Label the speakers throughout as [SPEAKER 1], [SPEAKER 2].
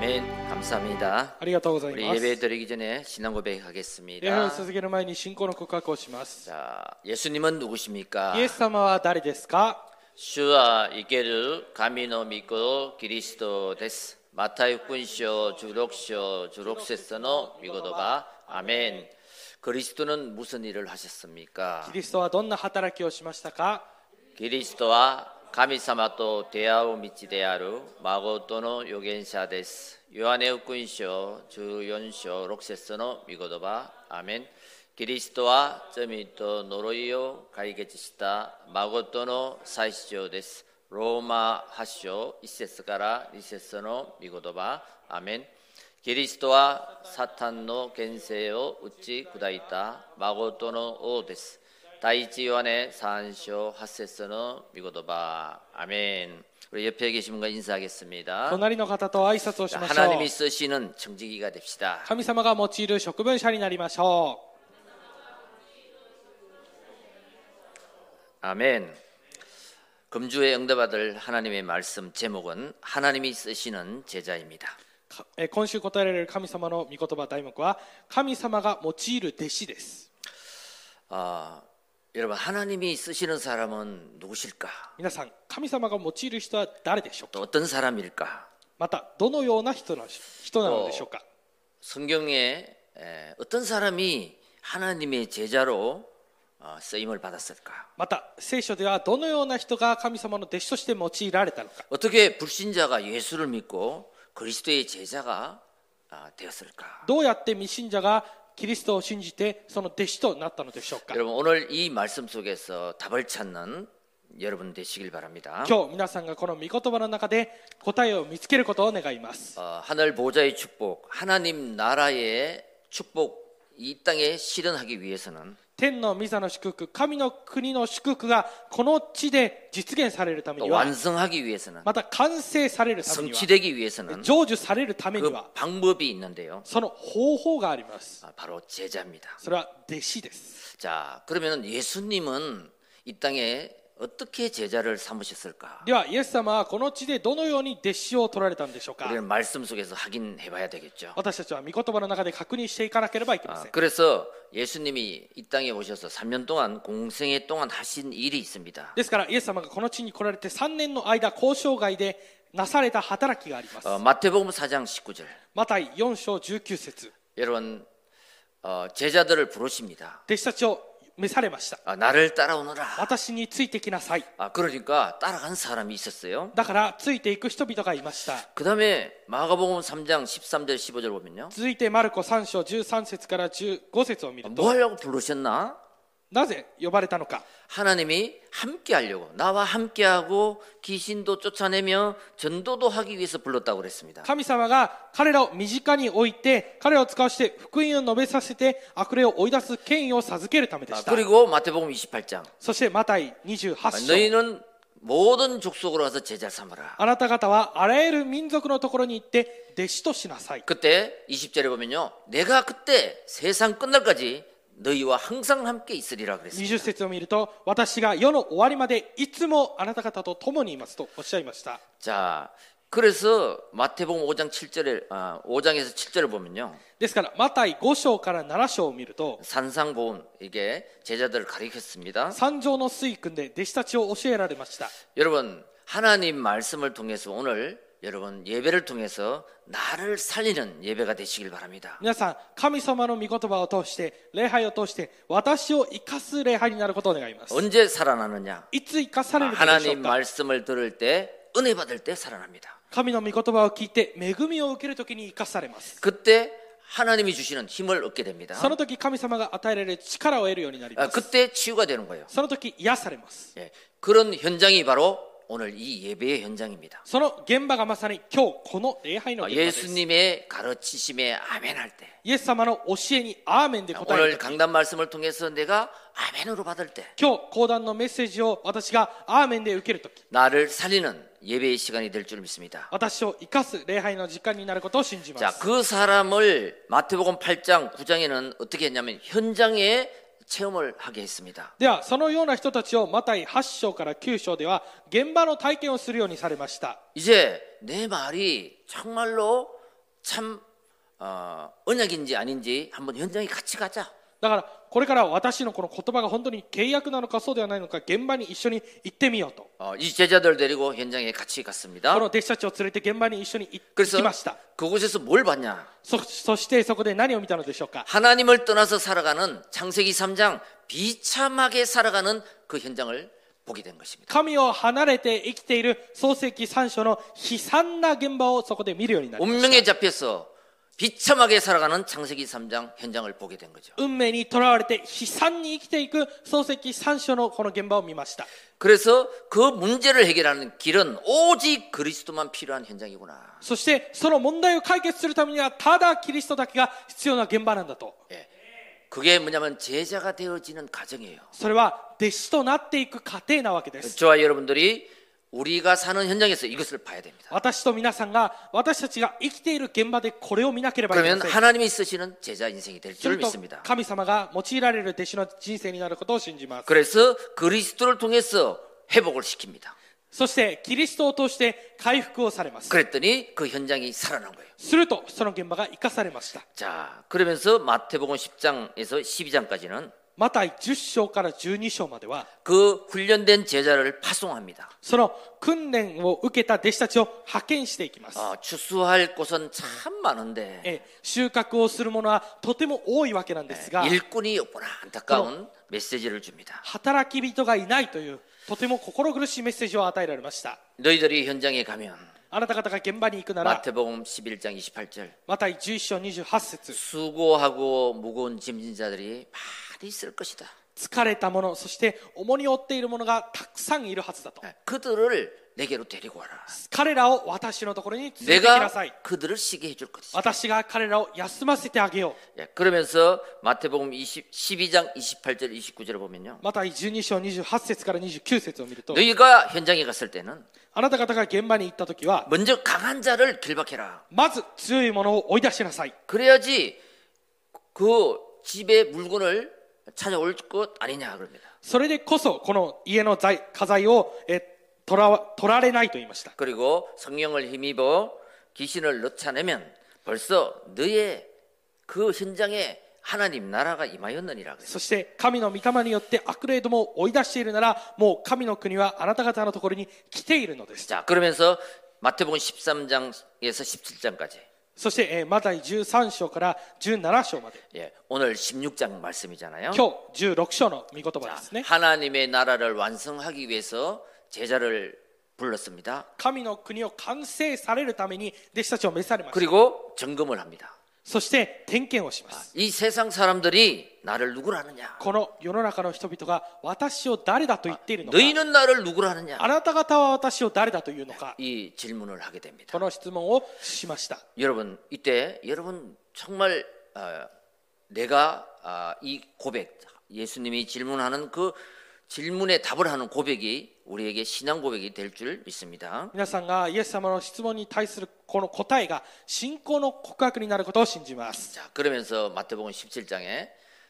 [SPEAKER 1] 아멘. 감사합니다. 예,
[SPEAKER 2] ありがとうござい
[SPEAKER 1] 우리
[SPEAKER 2] ます
[SPEAKER 1] 예배
[SPEAKER 2] 礼
[SPEAKER 1] 드리기 전에 신앙
[SPEAKER 2] 拝を
[SPEAKER 1] 고백하겠습니다.
[SPEAKER 2] 続ける前に信仰の告白をします
[SPEAKER 1] 자, 예수님은
[SPEAKER 2] イエ
[SPEAKER 1] 누구십니까?
[SPEAKER 2] ス様は誰ですか
[SPEAKER 1] 주와 이케르 가미노 미코 그리스도 데스. 마타이 군쇼 주록쇼 주록세서노 미고도바 아멘. 그리스도는 무슨 일을
[SPEAKER 2] キ
[SPEAKER 1] 하셨습니까?
[SPEAKER 2] リストはどんな働きをしましたか
[SPEAKER 1] 그리스도와 神様と出会う道である孫との預言者です。ヨハネ福音書14章6節の御言葉。アメン。キリストは罪と呪いを解決した孫との最初です。ローマ発祥1節から2節の御言葉。アメン。キリストはサタンの権勢を打ち砕いた孫との王です。第一요한의3쇼 하세스너 미고도바 아멘. 우리 옆에 계신 분과 인사하겠습니다.
[SPEAKER 2] 隣の方と挨拶をし
[SPEAKER 1] 자,
[SPEAKER 2] ましょ
[SPEAKER 1] 하나님이
[SPEAKER 2] う
[SPEAKER 1] 쓰시는 청지기가 됩시다.
[SPEAKER 2] 神様が用いる職分者になりましょ
[SPEAKER 1] 아멘. 금주에 응답받을 하나님의 말씀 제목은 하나님이 쓰시는 제자입니다.
[SPEAKER 2] うかえー今週答えられる神様の御言葉題目は神様が用いる弟子です
[SPEAKER 1] 아, 여러분 하나님이 쓰시는 사람은 누구실까?
[SPEAKER 2] 皆さん神様が用いる人は誰でしょうか
[SPEAKER 1] 또 어떤 사람일까?
[SPEAKER 2] またどのような人なのし人なのでしょうか
[SPEAKER 1] 성경에 에, 어떤 사람이 하나님의 제자로 어, 쓰임을 받았을까?
[SPEAKER 2] また聖書ではどのような人が神様の弟子として用いられたのか
[SPEAKER 1] 어떻게 불신자가 예수를 믿고 그리스도의 제자가 아, 되었을까?
[SPEAKER 2] どうやって未信者がキリストを信じてその弟子となったのでしょうか
[SPEAKER 1] 여러분 오늘 이 말씀 속에서 답을 찾는 여러분 되시길 바랍니다.
[SPEAKER 2] 今日皆さんがこの御言葉の中で答えを見つけることを願います
[SPEAKER 1] 어, 하늘 보좌의 축복, 하나님 나라의 축복 이 땅에 실현하기 위해서는
[SPEAKER 2] 天の御座の祝福神の国の祝福がこの地で実現されるため
[SPEAKER 1] 또
[SPEAKER 2] には
[SPEAKER 1] 완성하기 위해서는
[SPEAKER 2] また完成されるためには
[SPEAKER 1] 성취되기 위해서는
[SPEAKER 2] 成就されるために
[SPEAKER 1] 그
[SPEAKER 2] は
[SPEAKER 1] 방법이 있는데요.
[SPEAKER 2] その方法があります
[SPEAKER 1] 아, 바로 제자입니다.
[SPEAKER 2] それは弟子です
[SPEAKER 1] 자, 그러면 예수님은 이 땅에 어떻게 제자를 삼으셨을까?
[SPEAKER 2] ではイエス様はこの地でどのように弟子を取られたんでしょうか
[SPEAKER 1] 우리는 말씀 속에서 확인해봐야 되겠죠.
[SPEAKER 2] 私たちは御言葉の中で確認していかなければいけま
[SPEAKER 1] 아,
[SPEAKER 2] せん
[SPEAKER 1] 그래서 예수님이 이 땅에 오셔서 3년 동안 공생애 동안 하신 일이 있습니다.
[SPEAKER 2] ですからイエス様がこの地に来られて3年の間交渉外でなされた働きがあります
[SPEAKER 1] 어, 마태복음 4장 19절.
[SPEAKER 2] マタイ4章19節
[SPEAKER 1] 여러분 어, 제자들을 부르십니다.
[SPEAKER 2] 弟子たちを召されました
[SPEAKER 1] 아, 나를 따라오너라.
[SPEAKER 2] 私についてきなさい
[SPEAKER 1] 아, 그러니까 따라간 사람이 있었어요.
[SPEAKER 2] だからついていく人々がいました
[SPEAKER 1] 그 다음에 마가복음 3장 13절 15절 보면요.
[SPEAKER 2] 続いてマルコ3章13節から15節を見る
[SPEAKER 1] 뭐
[SPEAKER 2] と
[SPEAKER 1] 하려고 부르셨나?
[SPEAKER 2] なぜ呼ばれたのか
[SPEAKER 1] 하나님이 함께 하려고 나와 함께 하고 귀신도 쫓아내며 전도도 하기 위해서 불렀다고 그랬습니다.
[SPEAKER 2] 神様が彼らを身近に置いて彼らを使わして福音を述べさせて悪霊を追い出す権威を授けるためで
[SPEAKER 1] 아,
[SPEAKER 2] した
[SPEAKER 1] 그리고 마태복음 28장
[SPEAKER 2] そしてマタイ28
[SPEAKER 1] 아,
[SPEAKER 2] 章
[SPEAKER 1] 너희는 모든 족속으로 와서 제자 삼아라.
[SPEAKER 2] あなた方はあらゆる民族のところに行って弟子としなさい。
[SPEAKER 1] 그때 20절에 보면요. 내가 그때 세상 끝날까지 너희와 항상 함께 있으리라 그랬습니다.
[SPEAKER 2] 20節を見ると、私が世の終わりまでいつもあなた方と共にいますとおっしゃいました。
[SPEAKER 1] 자, 그래서 마태복음 5장 7절에 아, 5장에서 7절을 보면요.
[SPEAKER 2] ですから、マタイ5章から7章を見ると、
[SPEAKER 1] 산상보훈 이게 제자들을 가리켰습니다.
[SPEAKER 2] 山上の水訓で弟子たちを教えられました。
[SPEAKER 1] 여러분, 하나님 말씀을 통해서 오늘 여러분 예배를 통해서 나를 살리는 예배가 되시길 바랍니다.
[SPEAKER 2] 皆さん、神様の御言葉を通して、礼拝を通して、私を生かす礼拝になることを願います。
[SPEAKER 1] 언제 살아나느냐?
[SPEAKER 2] いつ生か
[SPEAKER 1] 아,
[SPEAKER 2] されるのでしょう
[SPEAKER 1] 하나님
[SPEAKER 2] か
[SPEAKER 1] 말씀을 들을 때 은혜 받을 때 살아납니다.
[SPEAKER 2] 神の御言葉を聞いて、恵みを受けるときに生かされます。
[SPEAKER 1] 그때 하나님이 주시는 힘을 얻게 됩니다.
[SPEAKER 2] その時神様が与えられる力を得るようになり
[SPEAKER 1] 아,
[SPEAKER 2] ます。
[SPEAKER 1] 그때 치유가 되는 거예요.
[SPEAKER 2] その時癒されます。
[SPEAKER 1] 예, 그런 현장이 바로 오늘 이 예배의 현장입니다.
[SPEAKER 2] その現場がまさに今日この礼拝の
[SPEAKER 1] 아,
[SPEAKER 2] 現場です。
[SPEAKER 1] 예수님의 가르치심에 아멘할 때,
[SPEAKER 2] イエス様の教えにアーメンで
[SPEAKER 1] 아,
[SPEAKER 2] 答える
[SPEAKER 1] 오늘
[SPEAKER 2] 時。
[SPEAKER 1] 강단 말씀을 통해서 내가 아멘으로 받을 때,
[SPEAKER 2] 今日講談のメッセージを私がアーメンで受ける時。
[SPEAKER 1] 나를 살리는 예배의 시간이 될 줄 믿습니다.
[SPEAKER 2] 私を生かす礼拝の時間になることを信じま
[SPEAKER 1] 자,
[SPEAKER 2] す。
[SPEAKER 1] 그 사람을 마태복음 8장 9장에는 어떻게 했냐면 현장에 체험을 하게 했습니다.
[SPEAKER 2] ではそのような人たちをマタイ8章から9章では現場の体験をするようにされました。
[SPEAKER 1] 이제 내 말이 정말로 참 어, 언약인지 아닌지 한번 현장에 같이 가자.
[SPEAKER 2] だからこれから私のこの言葉が本当に契約なのかそうではないのか現場に一緒に行ってみようと
[SPEAKER 1] 어, 이 제자들 데리고 현장에 같이
[SPEAKER 2] こ
[SPEAKER 1] 갔습니다.
[SPEAKER 2] の弟子たちを連れて現場に一緒に行って
[SPEAKER 1] 그래서
[SPEAKER 2] きました
[SPEAKER 1] 그곳에서 뭘 봤냐?
[SPEAKER 2] そそしてそこで何を見たのでしょうか
[SPEAKER 1] 하나님을 떠나서 살아가는 창세기 3장 비참하게 살아가는 그 현장을 보게 된 것입니다.
[SPEAKER 2] 神を離れて生きている創世記3章の悲惨な現場をそこで見るようになり
[SPEAKER 1] 운명에 잡혀서 비참하게 살아가는 창세기 3장 현장을 보게 된 거죠.
[SPEAKER 2] 運命にとらわれて悲惨に生きていく漱石3章のこの現場を見ました
[SPEAKER 1] 그래서 그 문제를 해결하는 길은 오직 그리스도만 필요한 현장이구나.
[SPEAKER 2] そしてその問題を解決するためにはただキリストだけが必要な現場なんだと
[SPEAKER 1] 예. 그게 뭐냐면 제자가 되어지는 과정이에요.
[SPEAKER 2] それは弟子となっていく過程なわけです
[SPEAKER 1] 저와 여러분들이 우리가 사는 현장에서 이것을 봐야 됩니다.
[SPEAKER 2] 私と皆さんが私たちが生きている現場でこれを見なければいけ
[SPEAKER 1] 그러면
[SPEAKER 2] ません
[SPEAKER 1] 하나님이 쓰시는 제자 인생이 될
[SPEAKER 2] す
[SPEAKER 1] 줄
[SPEAKER 2] ると
[SPEAKER 1] 믿습니다.
[SPEAKER 2] 神様が用いられる弟子の人生になることを信じます
[SPEAKER 1] 그래서 그리스도를 통해서 회복을 시킵니다.
[SPEAKER 2] そしてキリストを通して回復をされます
[SPEAKER 1] 그랬더니 그 현장이 살아난 거예요.
[SPEAKER 2] するとその現場が生かされました
[SPEAKER 1] 자, 그러면서 마태복음 10장에서 12장까지는
[SPEAKER 2] マタイ10章から12章までは
[SPEAKER 1] 그 훈련된 제자를 파송합니다.
[SPEAKER 2] その訓練を受けた弟子たちを派遣していきます、
[SPEAKER 1] 어, 추수할 곳은 참 많은데
[SPEAKER 2] ええ収穫をするものはとても多いわけなんですが
[SPEAKER 1] 일꾼이 없구나 안타까운 메시지를 줍니다.
[SPEAKER 2] 働き人がいないというとても心苦しいメッセージを与えられました
[SPEAKER 1] 너희들이 현장에 가면
[SPEAKER 2] あなた方が現場に行くなら
[SPEAKER 1] 마태복음 11장 28절
[SPEAKER 2] マタイ11章28節
[SPEAKER 1] 수고하고 무거운 짐진 자들이 많이 있을 것이다.
[SPEAKER 2] 疲れた者そして重荷を負っている者がたくさんいるはずだと
[SPEAKER 1] 예, 그들을 내게로 데리고 와라.
[SPEAKER 2] 彼らを私のところに連れてきな
[SPEAKER 1] 내가
[SPEAKER 2] さい
[SPEAKER 1] 그들을 쉬게 해줄 것이다.
[SPEAKER 2] 私が彼らを休ませてあげよう
[SPEAKER 1] 예, 그러면서 마태복음 20, 12장 28절 29절을 보면요.
[SPEAKER 2] また12章28節から29節を見ると
[SPEAKER 1] 너희가 현장에 갔을 때는
[SPEAKER 2] あなた方が現場に行った時は
[SPEAKER 1] 먼저 강한 자를 길박해라.
[SPEAKER 2] まず強いものを追い出しなさい
[SPEAKER 1] 그래야지 그 집에 물건을 찾아올 것 아니냐 그럽니다.
[SPEAKER 2] それでこそこの家の財家財をえ取らわ取られないと言いました
[SPEAKER 1] 그리고 성령을 힘입어 귀신을 넣자내면 벌써 너의 그 현장에 하나님 나라가 임하였느니라 그랬어요.
[SPEAKER 2] そして神の御霊によって悪霊どもを追い出しているならもう神の国はあなた方のところに来ているのです
[SPEAKER 1] 자, 그러면서 마태복음 13장에서 17장까지
[SPEAKER 2] そして、えーマタイ13章から17章まで
[SPEAKER 1] 예, 오늘 16장 말씀이잖아요.
[SPEAKER 2] 今日16章の御言葉
[SPEAKER 1] 자,
[SPEAKER 2] ですね
[SPEAKER 1] 하나님의 나라를 완성하기 위해서 제자를 불렀습니다.
[SPEAKER 2] 神の国を完成されるために弟子たちを召されました
[SPEAKER 1] 그리고 점검을 합니다.
[SPEAKER 2] そして点検をします
[SPEAKER 1] 이 세상 사람들이 나를 누구라 하느냐?
[SPEAKER 2] この世の中の人々が私を誰だと言っているのか
[SPEAKER 1] 너희는 나를 누구라 하느냐?
[SPEAKER 2] あなた方は私を誰だというのか
[SPEAKER 1] 이 질문을 하게 됩니다.
[SPEAKER 2] この質問をしました
[SPEAKER 1] 여러분 이때 여러분 정말 어, 내가 아, 이 고백 예수님이 질문하는 그 질문에 답을 하는 고백이 우리에게 신앙 고백이 될 줄 믿습니다.
[SPEAKER 2] 皆さんがイエス様の質問に対するこの答えが信仰の告白になることを信じます
[SPEAKER 1] 자 그러면서 마태복음 17장에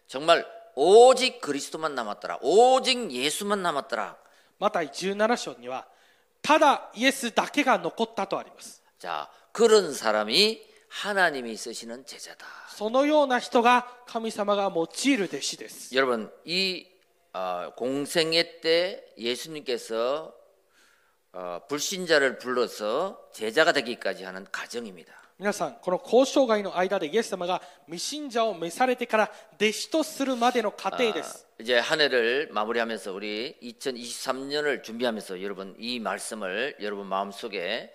[SPEAKER 1] 정말 오직 그리스도만 남았더라, 오직 예수만 남았더라.
[SPEAKER 2] また17章にはただイエスだけが残ったとあります
[SPEAKER 1] 자 그런 사람이 하나님이 쓰시는 제자다.
[SPEAKER 2] そのような人が神様が用いる弟子です
[SPEAKER 1] 여러분 이 어, 공생애 때 예수님께서 어, 불신자를 불러서 제자가 되기까지 하는 과정입니다.
[SPEAKER 2] 皆さんこの交渉外の間でイエス様が未信者を召されてから弟子とするまでの過
[SPEAKER 1] 아,
[SPEAKER 2] 程です
[SPEAKER 1] 이제 한 해를 마무리하면서 우리 2023년을 준비하면서 여러분 이 말씀을 여러분 마음속에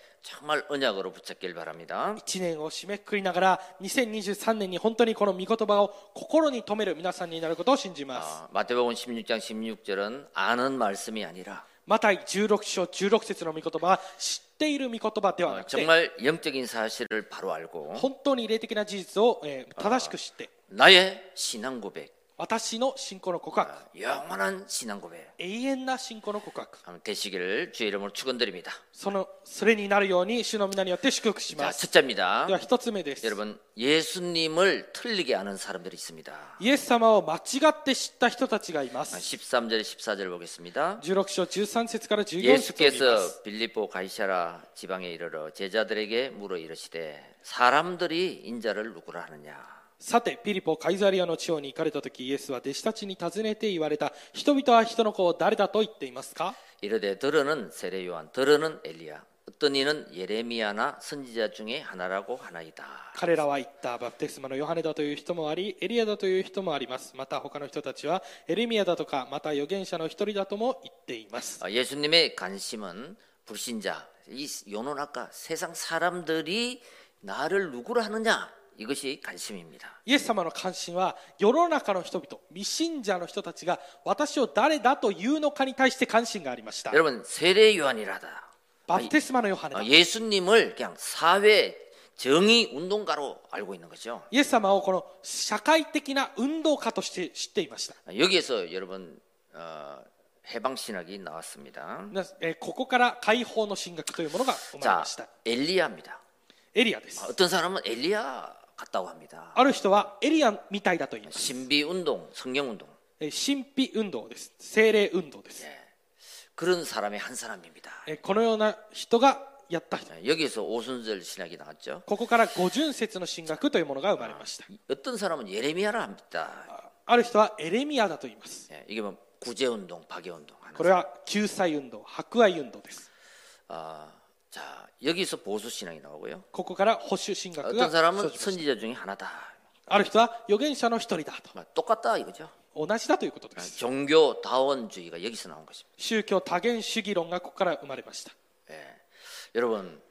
[SPEAKER 1] 정말 언약으로 붙잡길 바랍니다.
[SPEAKER 2] 1年を締めくくりながら2023年に本当にこの御言葉を心に留める皆さんになることを信じます
[SPEAKER 1] 아, 마태복음 16장 16절은 아는 말씀이 아니라
[SPEAKER 2] マタイ16章16節の御言葉は知っている御言葉では
[SPEAKER 1] 어,
[SPEAKER 2] なくて
[SPEAKER 1] 정말 영적인 사실을 바로 알고
[SPEAKER 2] 本当に霊的な事実を、えー正しく知って
[SPEAKER 1] 나의 신앙 고백
[SPEAKER 2] 私の信仰の告白
[SPEAKER 1] 영원한 신앙 고백
[SPEAKER 2] 永遠な信仰の告白
[SPEAKER 1] 하면 되시기를 주의 이름으로 축원드립니다.
[SPEAKER 2] そのそれになるように主の皆によって祝福しま
[SPEAKER 1] 자
[SPEAKER 2] す
[SPEAKER 1] 첫째입니다.
[SPEAKER 2] では一つ目です
[SPEAKER 1] 여러분 예수님을 틀리게 아는 사람들이 있습니다.
[SPEAKER 2] イエス様を間違って知った人たちがいます
[SPEAKER 1] 13절 14절 보겠습니다.
[SPEAKER 2] 16章13節から14節を見ます
[SPEAKER 1] 예수께서 빌립보 가이사라 지방에 이르러 제자들에게 물어 이르시되 사람들이 인자를 누구라 하느냐
[SPEAKER 2] さてピリポカイザリアの地方に行かれた時イエスは弟子たちに尋ねて言われた人々は人の子を誰だと言っていますか
[SPEAKER 1] 이르되 들으는 세례요한 들으는 엘리야 어떤 이는 예레미야나 선지자 중에 하나라고 하나이다
[SPEAKER 2] 彼らは言ったバプテスマのヨハネだという人もありエリアだという人もありますまた他の人たちはエレミアだとかまた預言者の一人だとも言っています
[SPEAKER 1] 어, 예수님의 관심은 불신자 이 요는 아까 세상 사람들이 나를 누구라 하느냐 이것이 관심입니다
[SPEAKER 2] イエス様の関心は世の中の人々未信者の人たちが私を誰だというのかに対して関心がありました
[SPEAKER 1] 여러분 세례요한이라다
[SPEAKER 2] バプテスマのヨハネだ
[SPEAKER 1] 어, 예수님을 그냥 사회 정의 운동가로 알고 있는 거죠
[SPEAKER 2] イエス様をこの社会的な運動家として知っていました
[SPEAKER 1] 여기에서 여러분 어, 해방 신학이 나왔습니다.
[SPEAKER 2] なえーここから解放の神学というものが生まれ
[SPEAKER 1] 자
[SPEAKER 2] ました。
[SPEAKER 1] 엘리야입니다.
[SPEAKER 2] エリアです
[SPEAKER 1] 아, 。 어떤 사람은 엘리야 같다고 합니다.
[SPEAKER 2] ある人はエリアみたいだと言います。
[SPEAKER 1] 신비 운동, 성령 운동
[SPEAKER 2] えー神秘運動です。精霊運動です。
[SPEAKER 1] 그런 사람의 한 사람입니다.
[SPEAKER 2] えーこのような人がやった人。
[SPEAKER 1] 예, 여기에서 오순절 신학이 나왔죠.
[SPEAKER 2] ここから五巡節の神学というものが生まれました。
[SPEAKER 1] 어떤 사람은 예레미야를 합니다.
[SPEAKER 2] ある人はエレミアだと言います。
[SPEAKER 1] 예, 이게 뭐 구제 운동, 박애 운동 아, 하는.
[SPEAKER 2] これは救済運動、博愛運動です。
[SPEAKER 1] 아, 자 여기서 보수 신학이 나오고요.
[SPEAKER 2] ここから保守神学
[SPEAKER 1] 어떤
[SPEAKER 2] が
[SPEAKER 1] 사람은
[SPEAKER 2] 生じました
[SPEAKER 1] 선지자 중에 하나다.
[SPEAKER 2] ある人は預言者の一人だ
[SPEAKER 1] 아, 똑같다 이거죠. 아,
[SPEAKER 2] と。同じだということです。
[SPEAKER 1] 종교 다원주의가 여기서 나온 것입니다.
[SPEAKER 2] 宗教多元主義論がここから生まれました。
[SPEAKER 1] 예. 여러분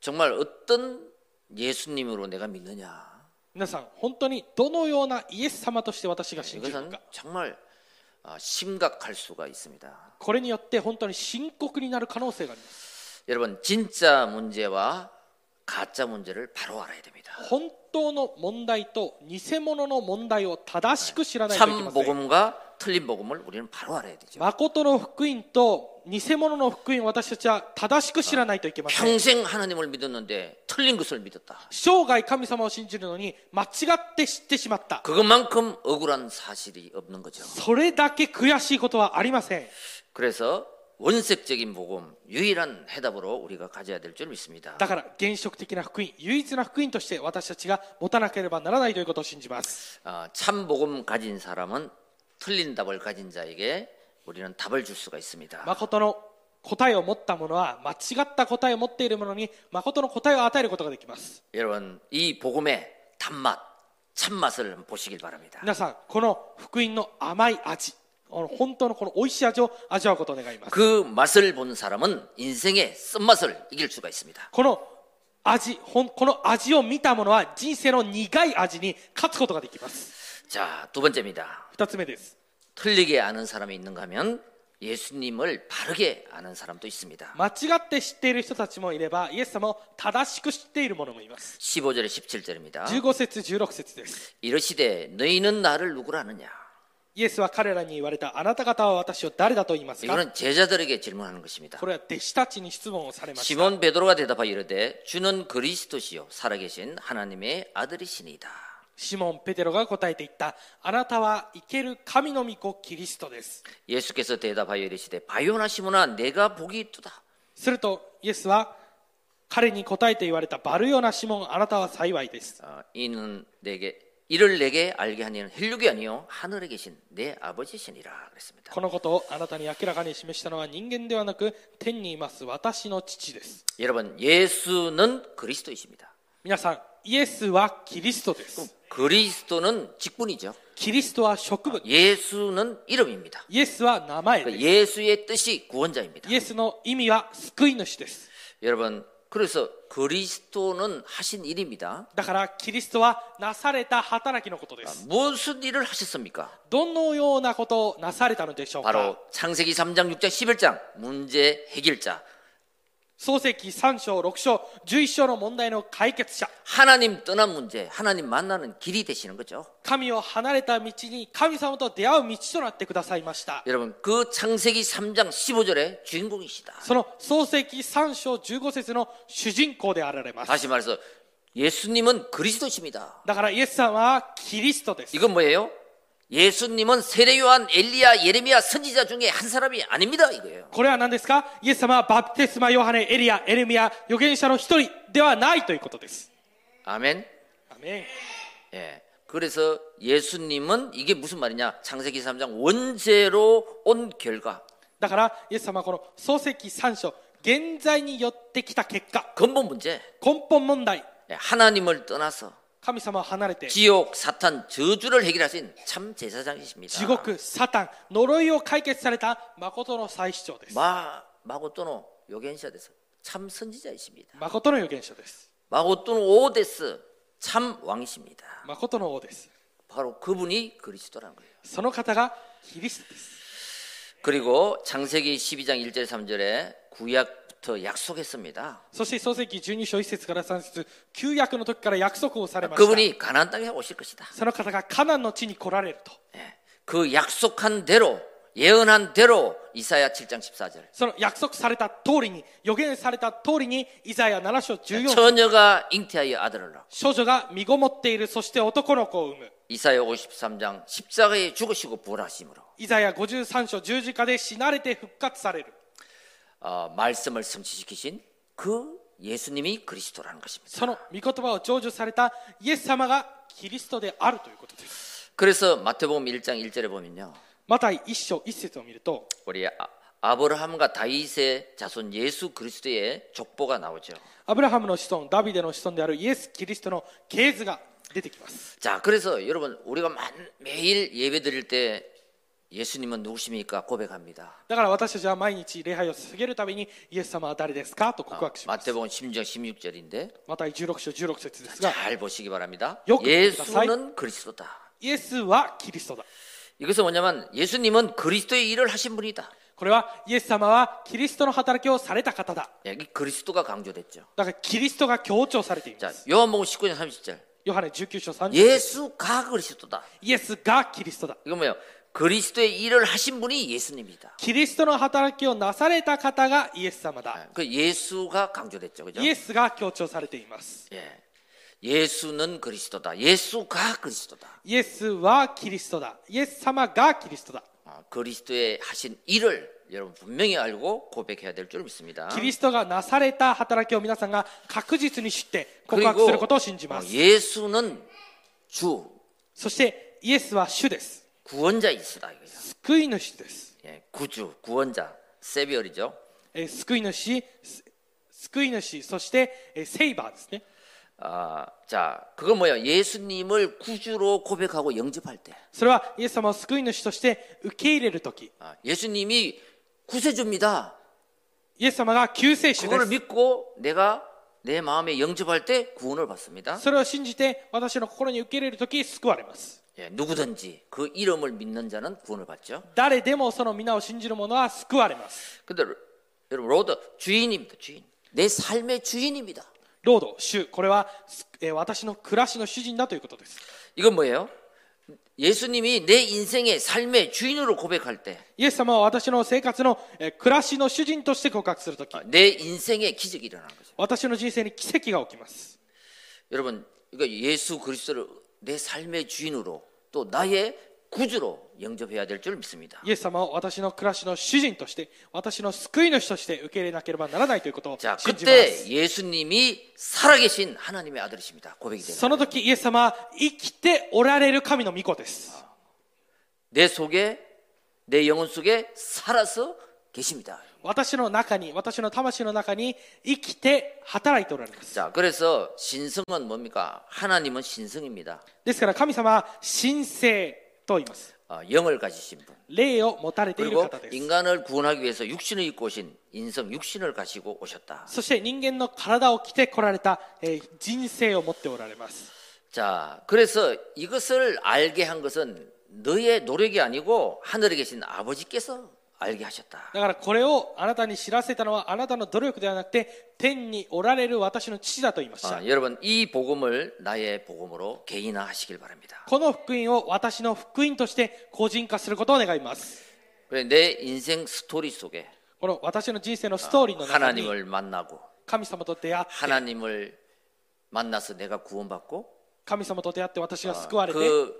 [SPEAKER 1] 정말 어떤 예수님으로 내가 믿느냐
[SPEAKER 2] 皆さん本当にどのようなイエス様として私が信じるの
[SPEAKER 1] 예, 이것은
[SPEAKER 2] か
[SPEAKER 1] 정말 아, 심각할 수가 있습니다.
[SPEAKER 2] これによって本当に深刻になる可能性があります
[SPEAKER 1] 여러분 진짜 문제와 가짜 문제를 바로 알아야 됩니다.
[SPEAKER 2] 本当の問題と偽物の問題を正しく知らないといけ
[SPEAKER 1] 참
[SPEAKER 2] ません
[SPEAKER 1] 복음과 틀린 복음을 우리는 바로 알아야 되죠.
[SPEAKER 2] 誠の福音と偽物の福音を私たちは正しく知らないといけません
[SPEAKER 1] 평생 하나님을 믿었는데 틀린 것을 믿었다.
[SPEAKER 2] 生涯神様を信じるのに間違って知ってしまった
[SPEAKER 1] 그것만큼 억울한 사실이 없는 거죠.
[SPEAKER 2] それだけ悔しいことはありません
[SPEAKER 1] 그래서 원색적인 복음 유일한 해답으로 우리가 가져야 될 줄 믿습니다.
[SPEAKER 2] だから原色的な福音唯一な福音として私たちが持たなければならないということを信じます
[SPEAKER 1] 아, 참 복음 가진 사람은 틀린 답을 가진 자에게 우리는 답을 줄 수가 있습니다.
[SPEAKER 2] 誠の答えを持った者は間違った答えを持っている者に誠の答えを与えることができます
[SPEAKER 1] 여러분 이 복음의 단맛, 참맛을 한번 보시길 바랍니다.
[SPEAKER 2] 皆さんこの福音の甘い味この本当のこの美味しい味を味わうことを願います
[SPEAKER 1] 그 맛을 본 사람은 인생의 쓴맛을 이길 수가 있습니다.
[SPEAKER 2] この味ほんこの味を見た者は人生の苦い味に勝つことができます
[SPEAKER 1] 자, 두 번째입니다.
[SPEAKER 2] 二つ目です
[SPEAKER 1] 틀리게 아는 사람이 있는가 하면 예수님을 바르게 아는 사람도 있습니다.
[SPEAKER 2] 間違って知っている人たちもいればイエス様を正しく知っている者もいます
[SPEAKER 1] 15절에 17절입니다.
[SPEAKER 2] 15節16節です
[SPEAKER 1] 이르시되 너희는 나를 누구라 하느냐?
[SPEAKER 2] イエスは彼らに言われたあなた方は私を誰だと言いますか
[SPEAKER 1] 이거는 제자들에게 질문하는 것입니다.
[SPEAKER 2] これは弟子たちに質問をされました
[SPEAKER 1] 시몬 베드로가 대답하여 이르되 주는 그리스도시요 살아계신 하나님의 아들이시니다.
[SPEAKER 2] シモン・ペテロが答えていった。あなたは生ける神の御子キリストです。
[SPEAKER 1] 예수께서 대답하여 이르시되 바요나 시몬아 내가 복이 있도다.
[SPEAKER 2] すると、イエスは彼に答えて言われたバルヨナ・シモン、あなたは幸いです。
[SPEAKER 1] 어, 이는 내게 이를 내게 알게 하니는 혈육이 아니요 하늘에 계신 내 아버지시니라 그랬습니다.
[SPEAKER 2] このことをあなたに明らかに示したのは人間ではなく天にいます私の父です。
[SPEAKER 1] 여러분 예수는 그리스도이십니다.
[SPEAKER 2] 皆さん、イエスはキリストです。
[SPEAKER 1] 그리스도는 직분이죠.
[SPEAKER 2] キリストは職分。
[SPEAKER 1] 예수는 이름입니다.
[SPEAKER 2] イエスは名前で
[SPEAKER 1] 그러니까 예수의 뜻이 구원자입니다.
[SPEAKER 2] す。イエスの意味は救い主です。
[SPEAKER 1] 여러분 그래서 그리스도는 하신 일입니다.
[SPEAKER 2] だから、キリストはなされた働きのことです。
[SPEAKER 1] 무슨 일을 하셨습니까?
[SPEAKER 2] どのようなことをなされたのでしょうか
[SPEAKER 1] 바로 창세기 3장, 6장, 11장 문제 해결자
[SPEAKER 2] 創世記3章6章11章の問題の解決者
[SPEAKER 1] 하나님 떠난 문제, 하나님 만나는 길이 되시는 거죠.
[SPEAKER 2] 神を離れた道に神様と出会う道となってくださいました
[SPEAKER 1] 여러분, 그 창세기 3장 15절의 주인공이시다.
[SPEAKER 2] その創世記3章15節の主人公であられます
[SPEAKER 1] 다시 말해서 예수님은 그리스도십니다.
[SPEAKER 2] だからイエスさんはキリストです
[SPEAKER 1] 이건 뭐예요? 예수님은 세례요한, 엘리야, 예레미야 선지자 중에 한 사람이 아닙니다. 이거예요.
[SPEAKER 2] これは何ですかイエス様はバプテスマヨハネエリアエレミア預言者の一人ではないということです
[SPEAKER 1] 아멘.
[SPEAKER 2] アメン
[SPEAKER 1] 예. 그래서 예수님은 이게 무슨 말이냐? 창세기 3장 원죄로 온 결과.
[SPEAKER 2] だからイエス様はこの漱石3章現在によってきた結果
[SPEAKER 1] 근본 문제.
[SPEAKER 2] 根本問題
[SPEAKER 1] 예, 하나님을 떠나서
[SPEAKER 2] 神様を離れて
[SPEAKER 1] 지옥, 사탄, 저주를 해결하신 참 제사장이십니다.
[SPEAKER 2] 地獄サタン呪いを解決された誠の再主張です
[SPEAKER 1] 마, 마고토노 요겐샤데스. 참 선지자이십니다.
[SPEAKER 2] 誠の預言者です
[SPEAKER 1] 마고토노 오데스. 참 왕이십니다.
[SPEAKER 2] 誠の王です
[SPEAKER 1] 바로 그분이 그리스도라는 거예요.
[SPEAKER 2] その方がキリストです
[SPEAKER 1] 그리고 창세기 12장 1절 3절에 구약부터 약속했습니다.
[SPEAKER 2] そして漱石12章1節から3節旧約の時から約束をされました
[SPEAKER 1] 그분이 가나안 땅에 오실 것이다.
[SPEAKER 2] その方がカナンの地に来られると
[SPEAKER 1] 그 약속한 대로 예언한 대로 이사야 7장 14절
[SPEAKER 2] その約束された通りに予言された通りにイザヤ7章14節
[SPEAKER 1] 처녀가 잉태하여 아들을 낳고
[SPEAKER 2] 少女が身ごもっているそして男の子を産む
[SPEAKER 1] 이사야 53장 십자가에 죽으시고 부활하심으로
[SPEAKER 2] イザヤ53章十字架で死なれて復活される
[SPEAKER 1] 어, 말씀을 성취시키신 그 예수님이 그리스도라는 것입니다.
[SPEAKER 2] その御言葉を成就されたイエス様がキリストであるということです
[SPEAKER 1] 그래서 마태복음 1장 1절에 보면요.
[SPEAKER 2] マタイ1章1節を見ると
[SPEAKER 1] 우리 아, 아브라함과 다윗의 자손 예수 그리스도의 족보가 나오죠.
[SPEAKER 2] アブラハムの子孫ダビデの子孫であるイエス・キリストの系図が出てきます
[SPEAKER 1] 자, 그래서 여러분 우리가 만- 매일 예배 드릴 때 예수님은 누구십니까? 고백합니다.
[SPEAKER 2] だから私たちは毎日礼拝を捧げるためにイエス様は誰ですかと告白します
[SPEAKER 1] 마태복음 16장 16절인데
[SPEAKER 2] マタイ16章16節ですが
[SPEAKER 1] 잘 보시기 바랍니다.
[SPEAKER 2] 욕-
[SPEAKER 1] 예수는 그리스도다.
[SPEAKER 2] イエスはキリストだ
[SPEAKER 1] 이것은 뭐냐면 예수님은 그리스도의 일을 하신 분이다.
[SPEAKER 2] これはイエス様はキリストの働きをされた方だ
[SPEAKER 1] 예, 이 그리스도가 강조됐죠.
[SPEAKER 2] だからキリストが強調されていま
[SPEAKER 1] 자
[SPEAKER 2] す
[SPEAKER 1] 요한복음 19장 30절
[SPEAKER 2] ヨハネ19章30節
[SPEAKER 1] 예수가 그리스도다.
[SPEAKER 2] イエスがキリストだ
[SPEAKER 1] 이건 뭐예요? 그리스도의 일을 하신 분이 예수님이다.
[SPEAKER 2] キリストの働きをなされた方がイエス様だ
[SPEAKER 1] 예, 그 예수가 강조됐죠, 그죠?
[SPEAKER 2] イエスが強調されています
[SPEAKER 1] 예. 예수는 그리스도다. 예수가 그리스도다.
[SPEAKER 2] イエスはキリストだイエス様がキリストだ
[SPEAKER 1] 아, 그리스도의 하신 일을 여러분 분명히 알고 고백해야 될 줄 믿습니다.
[SPEAKER 2] キリストがなされた働きを皆さんが確実に知って告白することを信じま
[SPEAKER 1] 어,
[SPEAKER 2] す
[SPEAKER 1] 예수는 주
[SPEAKER 2] そしてイエスは主です
[SPEAKER 1] 구원자이시다 이거예요.
[SPEAKER 2] 救い主です、
[SPEAKER 1] 예, 구주, 구원자, 세비얼이죠.
[SPEAKER 2] えー救い主す救い主そして、えーセイバーですね
[SPEAKER 1] 아, 자, 그건 뭐예요? 예수님을 구주로 고백하고 영접할 때,
[SPEAKER 2] それはイエス様を救い主として受け入れる時
[SPEAKER 1] 아, 예수님이 구세주입니다.
[SPEAKER 2] イエス様が救世主で
[SPEAKER 1] 그걸
[SPEAKER 2] す
[SPEAKER 1] 믿고 내가 내 마음에 영접할 때 구원을 받습니다.
[SPEAKER 2] それを信じて私の心に受け入れる時救われます
[SPEAKER 1] 예, 누구든지 그 이름을 믿는 자는 구원을 받죠.
[SPEAKER 2] 誰でもその皆を信じる者は救われます
[SPEAKER 1] 근데 로- 여러분 로드 주인입니다. 주인. 내 삶의 주인입니다.
[SPEAKER 2] ロード主これは、すえー私の暮らしの主人だということです
[SPEAKER 1] 이건 뭐예요? 예수님이 내 인생의 삶의 주인으로 고백할 때,
[SPEAKER 2] イエス様は私の生活の、えー暮らしの主人として告白する時
[SPEAKER 1] 아, 내 인생의 기적이 일어나는 거죠.
[SPEAKER 2] 私の人生に奇跡が起きます
[SPEAKER 1] 여러분, 이거 예수 그리스도를 내 삶의 주인으로 또 나의 구주로 영접해야 될 줄 믿습니다.
[SPEAKER 2] イエス様を私の暮らしの主人として私の救い主として受け入れなければならないということを
[SPEAKER 1] 자,
[SPEAKER 2] 信じま
[SPEAKER 1] 그때
[SPEAKER 2] す
[SPEAKER 1] 예수님이 살아계신 하나님의 아들이십니다. 고백이 되는.
[SPEAKER 2] その時イエス様は生きておられる神の御子です
[SPEAKER 1] 내 속에 내 영혼 속에 살아서 계십니다.
[SPEAKER 2] 私の中に私の魂の中に生きて働いておられます
[SPEAKER 1] 자, 그래서 신성은 뭡니까? 하나님은 신성입니다.
[SPEAKER 2] ですから神様は神聖と言います
[SPEAKER 1] 어, 영을 가지신 분.
[SPEAKER 2] 霊を持たれている
[SPEAKER 1] 그리고
[SPEAKER 2] 方です
[SPEAKER 1] 인간을 구원하기 위해서 육신을 입고 오신 인성 육신을 가지고 오셨다.
[SPEAKER 2] そして人間の体を着てこられた、えー人生を持っておられます
[SPEAKER 1] 자, 그래서 이것을 알게 한 것은 너의 노력이 아니고 하늘에 계신 아버지께서 알게 하셨다.
[SPEAKER 2] だからこれをあなたに知らせたのはあなたの努力ではなくて天におられる私の父だと言いました。
[SPEAKER 1] 아, 여러분 이 복음을 나의 복음으로 개인화하시길 바랍니다.
[SPEAKER 2] この福音を私の福音として個人化することを願います。
[SPEAKER 1] 그래 내 인생 스토리 속에
[SPEAKER 2] この私の人生のストーリーの中に
[SPEAKER 1] 어, 하나님을 만나고
[SPEAKER 2] 神様と出会って、
[SPEAKER 1] 하나님을 만나서 내가 구원받고
[SPEAKER 2] 神様と出会って私が
[SPEAKER 1] 아,
[SPEAKER 2] 救われて、
[SPEAKER 1] 그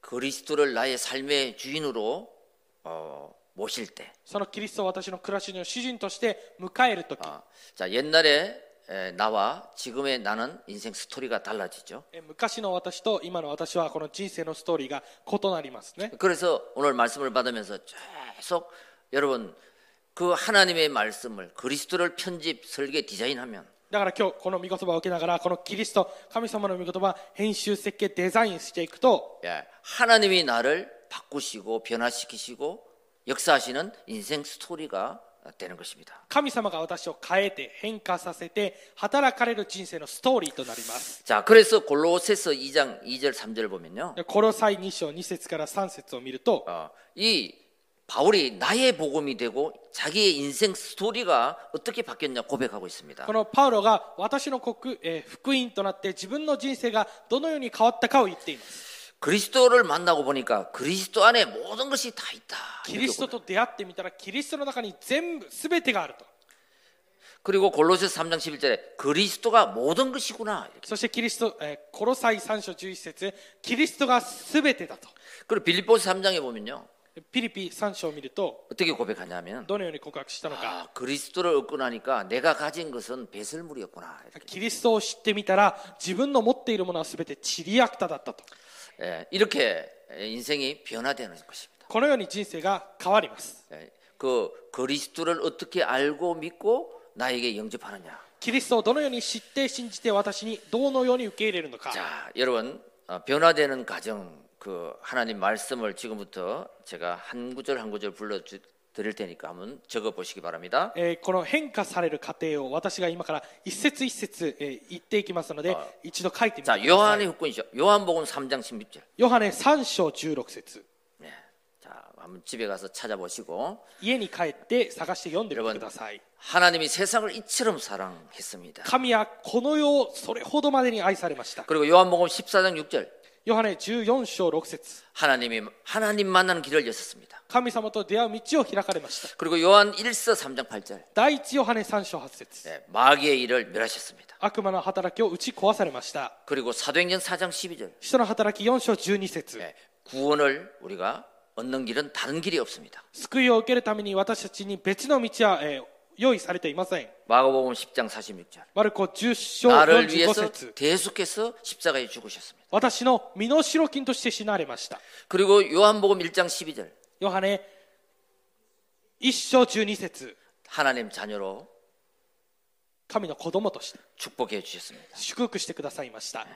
[SPEAKER 1] 그리스도를 나의 삶의 주인으로 어, 모실 때,
[SPEAKER 2] そのキリストを私の暮らしの主人として迎えるとき、
[SPEAKER 1] 아, 자 옛날에 에, 나와 지금의 나는 인생 스토리가 달라지죠.
[SPEAKER 2] え昔の私と今の私はこの人生のストーリーが異なりますね。
[SPEAKER 1] 그래서 오늘 말씀을 받으면서 계속 여러분 그 하나님의 말씀을 그리스도를 편집, 설계, 디자인하면
[SPEAKER 2] だから今日この御言葉を受けながら、このキリスト、神様の御言葉、編集、設計、デザインしていくと、
[SPEAKER 1] 예, 하나님이 나를 바꾸시고 변화시키시고 역사하시는 인생 스토리가 되는 것입니다.
[SPEAKER 2] 神様が私を変えて、変化させて、働かれる人生のストーリーとなります。
[SPEAKER 1] 자, 그래서 골로새서 2장 2절 3절 보면요.
[SPEAKER 2] でコロサイ2章2節から3節を見ると、
[SPEAKER 1] 어, 이 바울이 나의 복음이 되고 자기의 인생 스토리가 어떻게 바뀌었냐 고백하고 있습니다.
[SPEAKER 2] このパウロが私の国、えー福音となって自分の人生がどのように変わったかを言っています。
[SPEAKER 1] 그리스도를 만나고 보니까 그리스도 안에 모든 것이 다 있다.
[SPEAKER 2] キリストと出会ってみたら、キリストの中に全部、すべてがあると。
[SPEAKER 1] 그리고 골로새서 3장 11절에 그리스도가 모든 것이구나. 이렇게.
[SPEAKER 2] そしてキリスト、えーコロサイ3章11節キリストがすべてだと。
[SPEAKER 1] 그리고 빌립보서 3장에 보면요.
[SPEAKER 2] ピリピ3章を見ると、
[SPEAKER 1] 어떻게 고백하냐면
[SPEAKER 2] どのように告白したの
[SPEAKER 1] 아,
[SPEAKER 2] か。
[SPEAKER 1] 그리스도를 얻고 나니까 내가 가진 것은 배설물이었구나. 이렇게.
[SPEAKER 2] キリストを知ってみたら、自分の持っているものはすべてチリアクタだったと。
[SPEAKER 1] 예, 이렇게 인생이 변화되는 것입니다.
[SPEAKER 2] このように人生が変わります。
[SPEAKER 1] 예, 그 그리스도를 어떻게 알고 믿고 나에게 영접하느냐.
[SPEAKER 2] キリストをどのように知って信じて私にどのように受け入れるのか。
[SPEAKER 1] 자, 여러분 어, 변화되는 과정 그 하나님 말씀을 지금부터 제가 한 구절 한 구절 불러 드릴 테니까 한번 적어 보시기 바랍니다.
[SPEAKER 2] えーこの変化される過程を私が今から一節一節、えー言っていきますので一度書いてみてくださ
[SPEAKER 1] 자,
[SPEAKER 2] い
[SPEAKER 1] 요한의 후권이죠. 요한복음 3장 16절.
[SPEAKER 2] ヨハネ3章16節
[SPEAKER 1] 네. 자, 한번 집에 가서 찾아보시고
[SPEAKER 2] 家に帰って探して読んでみてください
[SPEAKER 1] 하나님이 세상을 이처럼 사랑했습니다.
[SPEAKER 2] 神はこの世をそれほどまでに愛されました
[SPEAKER 1] 그리고 요한복음 14장 6절
[SPEAKER 2] ヨハネ14章6節
[SPEAKER 1] 하나님이 하나님 만나는 길을 여셨습니다.
[SPEAKER 2] 神様と出会う道を開かれました
[SPEAKER 1] 그리고 요한 1서 3장 8절
[SPEAKER 2] 第一ヨハネ3章8節
[SPEAKER 1] 네, 마귀의 일을 멸하셨습니다.
[SPEAKER 2] 悪魔の働きを打ち壊されました
[SPEAKER 1] 그리고 사도행전 4장 12절
[SPEAKER 2] 人の働き4章12節
[SPEAKER 1] 네, 구원을 우리가 얻는 길은 다른 길이 없습니다.
[SPEAKER 2] 救いを受けるために私たちに別の道は、えー用意されていません
[SPEAKER 1] 마가복음 10장 46절
[SPEAKER 2] マルコ10章
[SPEAKER 1] 나를
[SPEAKER 2] 45
[SPEAKER 1] 위해서
[SPEAKER 2] 節
[SPEAKER 1] 대속해서 십자가에 죽으셨습니다.
[SPEAKER 2] 私の身の代金として死なれました。
[SPEAKER 1] 그리고 요한복음 1장 12절
[SPEAKER 2] ヨハネ一章十二節
[SPEAKER 1] 하나님 자녀로
[SPEAKER 2] 神の子供として
[SPEAKER 1] 축복해 주셨습니다.
[SPEAKER 2] 祝福してくださいました。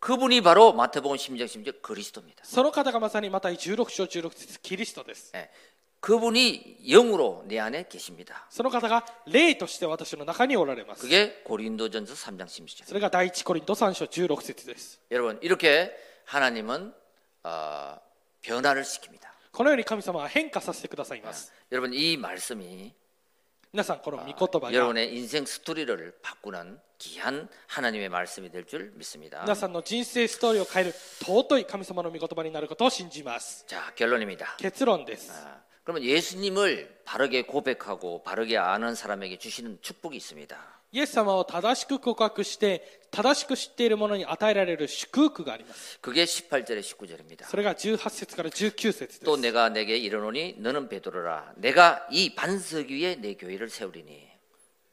[SPEAKER 1] 그분이 바로 마태복음 16장 16절 그리스도입니다.
[SPEAKER 2] その方がまさにまた16章16節キリストです。
[SPEAKER 1] 예, 그분이 영으로 내 안에 계십니다.
[SPEAKER 2] その方が霊として私の中におられます。
[SPEAKER 1] 그게 고린도전서 3장 16절.
[SPEAKER 2] それが第一コリント3章16節です。
[SPEAKER 1] 여러분 이렇게 하나님은 어, 변화를 시킵니다.
[SPEAKER 2] このように神様は変化させてくださいます。
[SPEAKER 1] 여러분 이 말씀이
[SPEAKER 2] 皆さんこの御言葉が
[SPEAKER 1] 여러분의 인생 스토리를 바꾸는 귀한 하나님의 말씀이 될 줄 믿습니다.
[SPEAKER 2] 皆さんの人生ストーリーを変える尊い神様の御言葉になることを信じます。
[SPEAKER 1] 자 결론입니다.
[SPEAKER 2] 結論です。
[SPEAKER 1] 아, 그러면 예수님을 바르게 고백하고 바르게 아는 사람에게 주시는 축복이 있습니다.
[SPEAKER 2] イエス様を正しく告白して、正しく知っている者に与えられる祝福があります。
[SPEAKER 1] 그게 18절에 19절입니다.
[SPEAKER 2] それが18節から19節で
[SPEAKER 1] 또
[SPEAKER 2] す。
[SPEAKER 1] 내가 내게 이르노니 너는 베드로라 내가 이 반석 위에 내 교회를 세우리니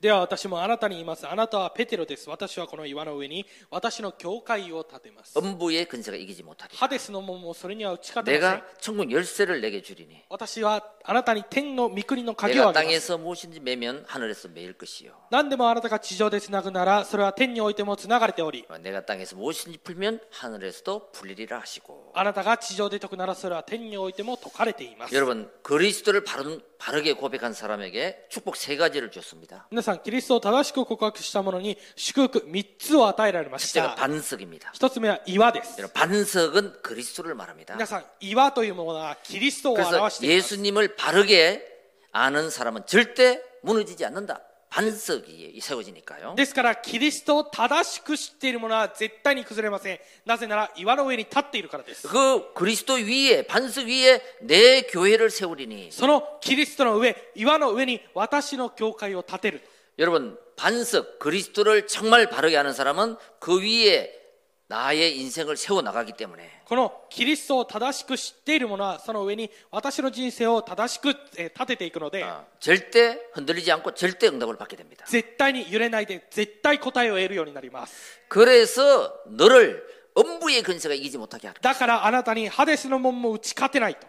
[SPEAKER 2] では私もあなたに言います。あなたはペテロです。私はこの岩の上に私の教会を建てます。
[SPEAKER 1] 음부의 근세가 이기지 못하리
[SPEAKER 2] ハデスの門もそれには打ち勝てません。
[SPEAKER 1] 내가 천국 열쇠를 내게 주리니
[SPEAKER 2] 私はあなたに天の御国の鍵を
[SPEAKER 1] 내가
[SPEAKER 2] あげます。
[SPEAKER 1] 땅에서 무엇인지 매면 하늘에서 매일 것이요
[SPEAKER 2] 何でもあなたが地上でつなぐなら、それは天においてもつながれており、
[SPEAKER 1] 내가 땅에서 무엇인지 풀면 하늘에서도 풀리리라 하시고
[SPEAKER 2] あなたが地上で解くなら、それは天においても解かれています。
[SPEAKER 1] 여러분 그리스도를 바른, 바르게 고백한 사람에게 축복 세 가지를 줬습니다
[SPEAKER 2] 皆さん、キリストを正しく告白した者に祝福3つを与えられまし
[SPEAKER 1] 첫째가
[SPEAKER 2] た。
[SPEAKER 1] 반석입니다
[SPEAKER 2] 一つ目は岩です。
[SPEAKER 1] 여러분, 반석은 그리스도를 말합니다
[SPEAKER 2] 皆さん、岩というものはキリストを表し
[SPEAKER 1] 그래서
[SPEAKER 2] ています。
[SPEAKER 1] 예수님을 바르게 아는 사람은 절대 무너지지 않는다. 반석 위에 세워지니까요.
[SPEAKER 2] ですからキリストを正しく知っている者は絶対に崩れませんなぜなら岩の上に立っているからです
[SPEAKER 1] 그 그리스도 위에 반석 위에 내 교회를 세우리니
[SPEAKER 2] そのキリストの上岩の上に私の教会を建てる
[SPEAKER 1] 여러분 반석 그리스도를 정말 바르게 아는 사람은 그 위에 나의 인생을 세워 나가기 때문에
[SPEAKER 2] このキリストを正しく知っている者はその上に私の人生を正しくえー立てていくので
[SPEAKER 1] 아, 절대 흔들리지 않고 절대 응답을 받게 됩니다.
[SPEAKER 2] 絶対に揺れないで絶対答えを得るようになります
[SPEAKER 1] 그래서 너를 엄부의 근세가 이기지 못하게 하라.
[SPEAKER 2] だからあなたにハデスの門も打ち勝てないと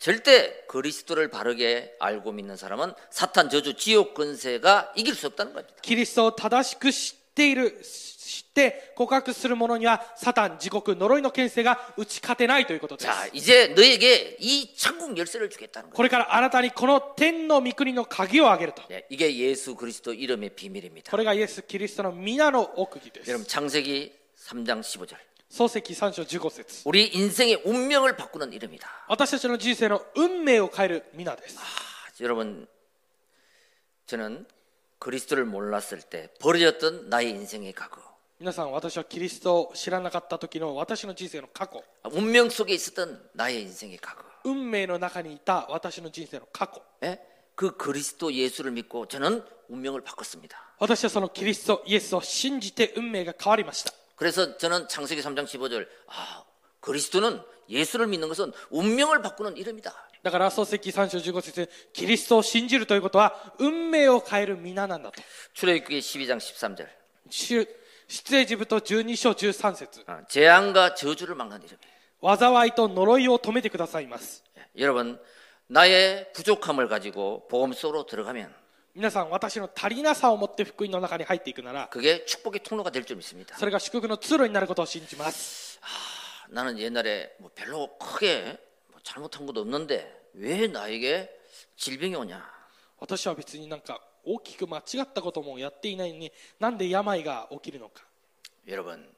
[SPEAKER 1] 절대 그리스도를 바르게 알고 믿는 사람은 사탄 저주 지옥 근세가 이길 수 없다는 겁니다.
[SPEAKER 2] キリストを正しく知っているし知って告白する者にはサタン地獄呪いの権勢が打ち勝てないということです
[SPEAKER 1] 자, 이제 너에게 이 천국 열쇠를 주겠다는 거예요.
[SPEAKER 2] これからあなたにこの天の御国の鍵をあげると
[SPEAKER 1] 네, 이게 예수 그리스도 이름의 비밀입니다.
[SPEAKER 2] これがイエス・キリストの皆の奥義で
[SPEAKER 1] 여러분
[SPEAKER 2] す
[SPEAKER 1] 창세기 3장 15절.
[SPEAKER 2] 創世記3章15節
[SPEAKER 1] 우리 인생의 운명을 바꾸는 이름이다.
[SPEAKER 2] 私たちの人生の運命を変える皆です
[SPEAKER 1] 아, 여러분 저는 그리스도를 몰랐을 때 버려졌던 나의 인생의 과거,
[SPEAKER 2] 皆さん私はキリストを知らなかった時の私の人生の過去
[SPEAKER 1] 아, 운명 속에 있었던 나의 인생의 과거.
[SPEAKER 2] 運命の中にいた私の人生の過去
[SPEAKER 1] 예? 그 그리스도 예수를 믿고 저는 운명을 바꿨습니다.
[SPEAKER 2] 私はそのキリストイエスを信じて運命が変わりました
[SPEAKER 1] 그래서 저는 창세기 3장 15절 아, 그리스도는 예수를 믿는 것은 운명을 바꾸는 이름이다.
[SPEAKER 2] だから創世記3章15節キリストを信じるということは運命を変える皆なんだと
[SPEAKER 1] 출애굽기 12장 13절
[SPEAKER 2] 出出エジプト12章13節
[SPEAKER 1] 아, 재앙과 저주를 막는 이름.
[SPEAKER 2] 災いと呪いを止めてくださいます
[SPEAKER 1] 예, 여러분 나의 부족함을 가지고 보험 속으로 들어가면
[SPEAKER 2] 皆さん私の足りなさを持って福音の中に入っていくなら
[SPEAKER 1] 그게 축복의 통로가 될 줄 믿습니다. 아,
[SPEAKER 2] それが祝福の通路になることを信じます
[SPEAKER 1] 나는 옛날에 뭐 별로 크게 뭐 잘못한 것도 없는데 왜 나에게 질병이 오냐?
[SPEAKER 2] 私は別になんか大きく間違ったこともやっていないのになんで病が起きるのか
[SPEAKER 1] 여러분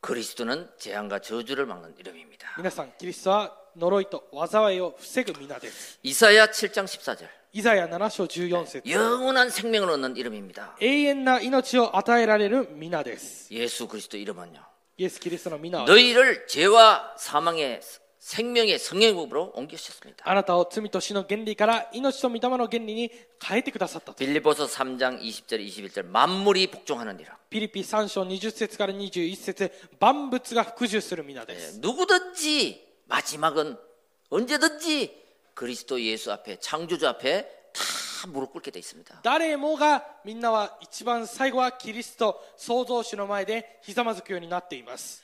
[SPEAKER 1] 그리스도는 재앙과 저주를 막는 이름입니다.
[SPEAKER 2] 皆さんキリストは呪いと災いを防ぐ皆です
[SPEAKER 1] 이사야 7장 14절
[SPEAKER 2] イザヤ7章14節
[SPEAKER 1] 영원한 생명을 얻는 이름입니다.
[SPEAKER 2] 永遠な命を与えられる皆です
[SPEAKER 1] 예수 그리스도 이름은요.
[SPEAKER 2] イエス・キリストの皆は
[SPEAKER 1] 너희를 죄와 사망의 생명의 성령으로 옮기셨습니다.
[SPEAKER 2] あなたを罪と死の原理から命と御霊の原理に変えてくださったと
[SPEAKER 1] 빌립보서 3장 20절 21절 만물이 복종하느니라.
[SPEAKER 2] ピリピ3章20節から21節万物が服従する皆で
[SPEAKER 1] 예,
[SPEAKER 2] す
[SPEAKER 1] 누구든지 마지막은 언제든지 그리스도 예수 앞에 창조주 앞에 다 무릎 꿇게 돼 있습니다.
[SPEAKER 2] 誰もがみんなは一番最後はキリスト創造主の前でひざまずくようになっています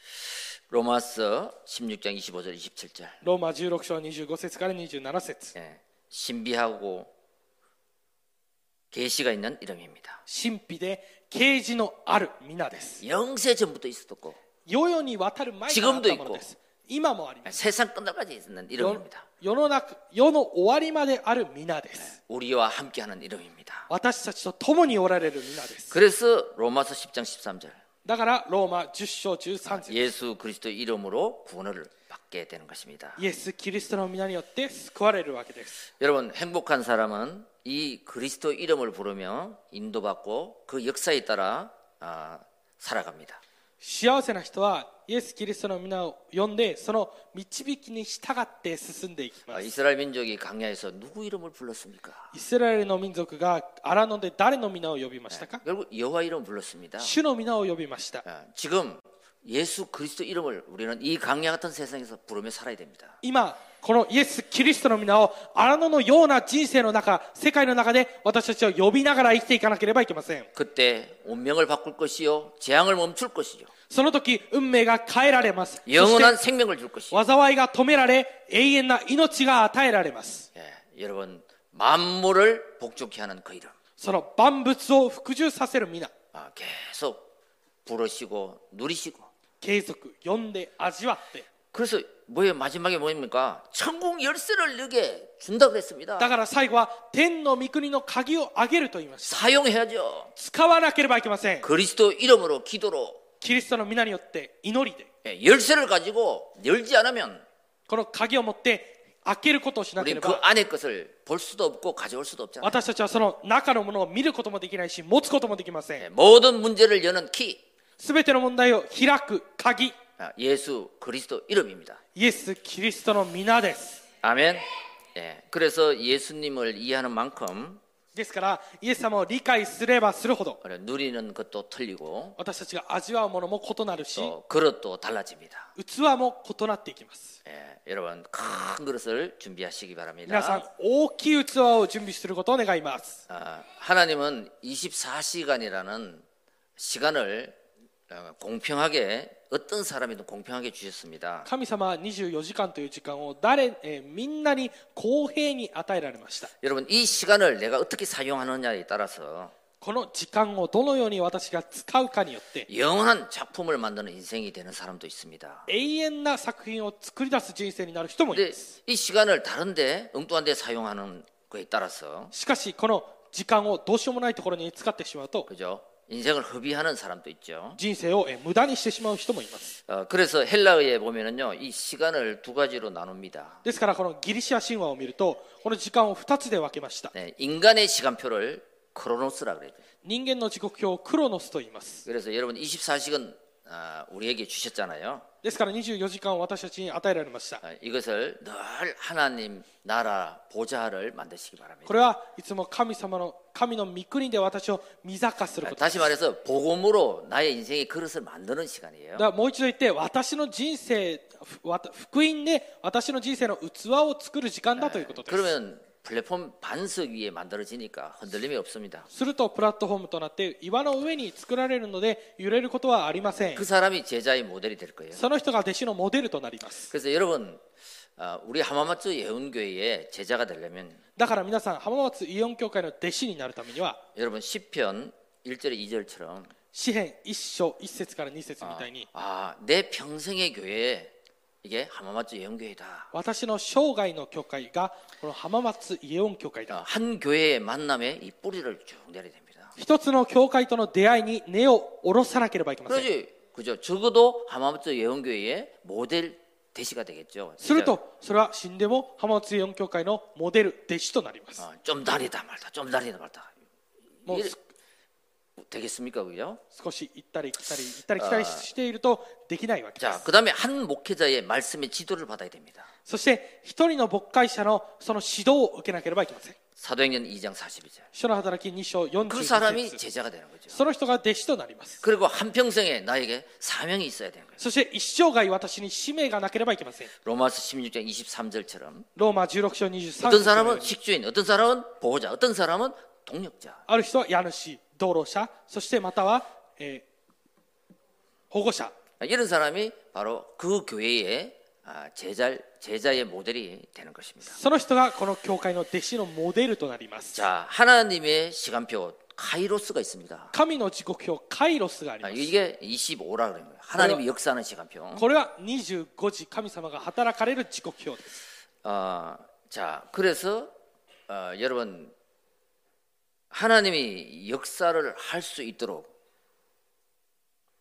[SPEAKER 1] 로마서 16장 25절 27절.
[SPEAKER 2] ローマ16章25節から27節
[SPEAKER 1] 예, 신비하고 계시가 있는 이름입니다.
[SPEAKER 2] 神秘で啓示のある皆です
[SPEAKER 1] 영세 전부터 있었고
[SPEAKER 2] 世々にわたる前からあったものです今もあります
[SPEAKER 1] 예, 세상 끝날까지 있는
[SPEAKER 2] 世
[SPEAKER 1] 이름입니다.
[SPEAKER 2] 世の中世の終わりまである皆です
[SPEAKER 1] 우리와 함께하는 이름입니다.
[SPEAKER 2] 私たちと共におられる皆です。
[SPEAKER 1] 그래서 로마서 10장 13절
[SPEAKER 2] だから、ローマ10章13節
[SPEAKER 1] 예수 그리스도 이름으로 구원을 받게 되는 것입니다.
[SPEAKER 2] イエス・キリストの皆によって救われるわけです。
[SPEAKER 1] 여러분 행복한 사람은 이 그리스도 이름을 부르며 인도받고 그 역사에 따라 아, 살아갑니다.
[SPEAKER 2] 幸せな人は、イエス・キリストの皆を呼んで、その導きに従って進んでいき
[SPEAKER 1] 아,
[SPEAKER 2] ます。
[SPEAKER 1] 이스라엘 민족이 강야에서 누구 이름을 불렀습니까?
[SPEAKER 2] イスラエルの民族が荒野で誰の皆を呼びましたか
[SPEAKER 1] 결국 여호와 이름 을 불렀습니다.
[SPEAKER 2] 主の皆を呼びました。
[SPEAKER 1] 아, 지금 예수 그리스도 이름을 우리는 이 강야 같은 세상에서 부르며 살아야 됩니다.
[SPEAKER 2] 今、このイエス・キリストの皆を荒野のような人生の中、世界の中で私たちを呼びながら生きていかなければいけません。
[SPEAKER 1] 그때 운명을 바꿀 것이요 재앙을 멈출 것이요
[SPEAKER 2] その時、運命が変えられます。そして
[SPEAKER 1] 영원한 생명을 줄 것이요.
[SPEAKER 2] 災いが止められ永遠な命が与えられます
[SPEAKER 1] 예, 여러분 만물을 복종케 하는 그 이름
[SPEAKER 2] その万物を服従させる皆
[SPEAKER 1] 아, 계속 부르시고 누리시고
[SPEAKER 2] 継続読んで味わって
[SPEAKER 1] 그래서 뭐예요 마지막에 뭐입니까 천국 열쇠를 너게 준다 그랬습니다
[SPEAKER 2] だから最後は天の御国の鍵をあげると言いました
[SPEAKER 1] 사용해야죠
[SPEAKER 2] 使わなければいけません
[SPEAKER 1] 그리스도 이름으로 기도로
[SPEAKER 2] キリストの皆によって祈りで
[SPEAKER 1] 예, 열쇠를 가지고 열지 않으면
[SPEAKER 2] この鍵を持って開けることをしなけ
[SPEAKER 1] 우리는
[SPEAKER 2] れ
[SPEAKER 1] 그
[SPEAKER 2] ば
[SPEAKER 1] 안의 것을 볼 수도 없고 가져올 수도 없잖아요.
[SPEAKER 2] 私たちはその中のものを見ることもできないし持つこともできません
[SPEAKER 1] 예, 모든 문제를 여는 키
[SPEAKER 2] 全ての問題を開く鍵
[SPEAKER 1] 아, 예수 그리스도 이름입니다.
[SPEAKER 2] イエス・キリストの皆です
[SPEAKER 1] 아멘. 예, 그래서 예수님을 이해하는 만큼
[SPEAKER 2] ですからイエス様を理解すればするほど
[SPEAKER 1] 누리는 것도 틀리고
[SPEAKER 2] 私たちが味わうものも異なるし
[SPEAKER 1] 또 그릇도 달라집니다.
[SPEAKER 2] 器も異なっていきます
[SPEAKER 1] 예, 여러분 큰 그릇을 준비하시기
[SPEAKER 2] 皆さん
[SPEAKER 1] 바랍니다.
[SPEAKER 2] 大きい器を準備することを願います
[SPEAKER 1] 아, 하나님은 24시간이라는 시간을 어, 공평하게 어떤 사람이든 공평하게 주셨습니다.
[SPEAKER 2] 神様は24時間という時間を誰、えーみんなに公平に与えられました
[SPEAKER 1] 여러분 이 시간을 내가 어떻게 사용하느냐에 따라서
[SPEAKER 2] この時間をどのように私が使うかによって
[SPEAKER 1] 영원한 작품을 만드는 인생이 되는 사람도 있습니다.
[SPEAKER 2] 永遠な作品を作り出す人生になる人もい
[SPEAKER 1] 근데
[SPEAKER 2] ます
[SPEAKER 1] 이 시간을 다른데 엉뚱한 데 사용하는 거에 따라서
[SPEAKER 2] しかしこの時間をどうしようもないところに使ってしまうと
[SPEAKER 1] 그죠? 인생을 허비하는 사람도 있죠.
[SPEAKER 2] 人生をえー無駄にしてしまう人もいます
[SPEAKER 1] 어, 그래서 헬라어에 보면은요, 이 시간을 두 가지로 나눕니다.
[SPEAKER 2] ですからこのギリシア神話を見るとこの時間を2つで分けました
[SPEAKER 1] 네, 인간의 시간표를 크로노스라 그래요.
[SPEAKER 2] 人間の時刻表をクロノスと言います
[SPEAKER 1] 그래서 여러분 24시간 우리에게 주셨잖아요.
[SPEAKER 2] ですから24時間を私たちに与えられました
[SPEAKER 1] 아, 이것을 늘 하나님 나라 보좌를 만드시기 바랍니다.
[SPEAKER 2] これはいつも神様の神の御国で私を御坂する
[SPEAKER 1] 아,
[SPEAKER 2] こと
[SPEAKER 1] 다시 말해서 복음으로 나의 인생의 그릇을 만드는 시간이에요.
[SPEAKER 2] だからもう一度言って私の人生ふわた福音で私の人生の器を作る時間だということです
[SPEAKER 1] 그러면 플랫폼 반석 위에 만들어지니까 흔들림이 없습니다.
[SPEAKER 2] するとプラットフォームとなって岩の上に作られるので揺れることはありません
[SPEAKER 1] 그 사람이 제자의 모델이 될 거예요.
[SPEAKER 2] その人が弟子のモデルとなります
[SPEAKER 1] 그래서 여러분 아, 우리 하마마츠 예언교회의 제자가 되려면
[SPEAKER 2] だから皆さん浜松イオン教会の弟子になるためには
[SPEAKER 1] 여러분 10편 1절에 2절처럼
[SPEAKER 2] 詩編一章一節から二節みたいに
[SPEAKER 1] 아, 내 평생의 교회 이게 하마마츠 예언교회다.
[SPEAKER 2] 私の生涯の教会がこの浜松イオン教会
[SPEAKER 1] 아,
[SPEAKER 2] だ
[SPEAKER 1] 한 교회의 만남에 이 뿌리를 쭉 내려야 됩니다.
[SPEAKER 2] 一つの教会との出会いに根を下ろさなければいけません
[SPEAKER 1] 그러지 그죠? 적어도 하마마츠 예언교회의 모델 대시가 되겠죠.
[SPEAKER 2] するとそれは死んでも浜松イオン教会のモデル弟子となります
[SPEAKER 1] 아, 좀 다르다 말다, 좀 다르다 말다.
[SPEAKER 2] もう
[SPEAKER 1] 이래- 되겠습니까, 그죠?
[SPEAKER 2] 少し行ったり来たり行ったり来たりしているとできないわけで
[SPEAKER 1] 자,
[SPEAKER 2] す
[SPEAKER 1] 그 다음에 한 목회자의 말씀의 지도를 받아야 됩니다.
[SPEAKER 2] そして一人の牧会者のその指導を受けなければいけません
[SPEAKER 1] 사도행전 2장 42절.
[SPEAKER 2] 書の働き2章
[SPEAKER 1] 그
[SPEAKER 2] 42
[SPEAKER 1] 사람이
[SPEAKER 2] 節
[SPEAKER 1] 제자가 되는 거죠.
[SPEAKER 2] その人が弟子となります
[SPEAKER 1] 그리고 한 평생에 나에게 사명이 있어야 되는 거예요.
[SPEAKER 2] そして一生涯私に使命がなければいけません
[SPEAKER 1] 로마서 16장 23절처럼
[SPEAKER 2] ローマ16章23節
[SPEAKER 1] 어떤 사람은 식주인, 어떤 사람은 보호자, 어떤 사람은 동력자.
[SPEAKER 2] ある人は家主道路者そしてまたは、えー保護者
[SPEAKER 1] 이런 사람이 바로 그 교회의 아, 제자 제자의 모델이 되는 것입니다.
[SPEAKER 2] その人がこの教会の弟子のモデルとなります
[SPEAKER 1] 자, 하나님의 시간표 카이로스가 있습니다.
[SPEAKER 2] 神の時刻表カイロスがありま
[SPEAKER 1] 아,
[SPEAKER 2] す
[SPEAKER 1] 이게 25라 그러는 거예요. 하나님이 역사하는 시간표.
[SPEAKER 2] これは25時神様が働かれる時刻表です
[SPEAKER 1] 어, 자, 그래서 어, 여러분 하나님이 역사를 할 수 있도록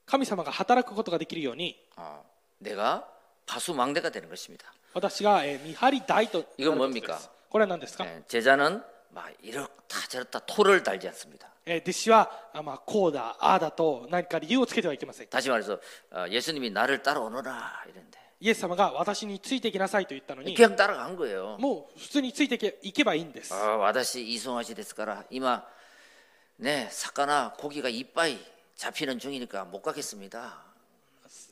[SPEAKER 2] 神様が働くことができるように
[SPEAKER 1] 어, 내가 바수망대가 되는 것입니다.
[SPEAKER 2] 私が、えー見張り台となる
[SPEAKER 1] 이건뭡
[SPEAKER 2] こと
[SPEAKER 1] 니까
[SPEAKER 2] ですこれは何ですか、
[SPEAKER 1] 예, 제자는 막 이렇다 저렇다 토를 달지 않습니다.
[SPEAKER 2] えー弟子はあ、まあ、こうだああだと何か理由をつけてはいけません
[SPEAKER 1] 다시 말해서 어, 예수님이 나를 따라오너라 이런데
[SPEAKER 2] イエス様が私についてきなさいと言ったのに
[SPEAKER 1] 그냥 따라간 거예요.
[SPEAKER 2] もう普通についていけいけばいいんです
[SPEAKER 1] 아, 와다시 이송하시 됐을까라 이마 네 사카나 고기가 이빠이 잡히는 중이니까 못 가겠습니다.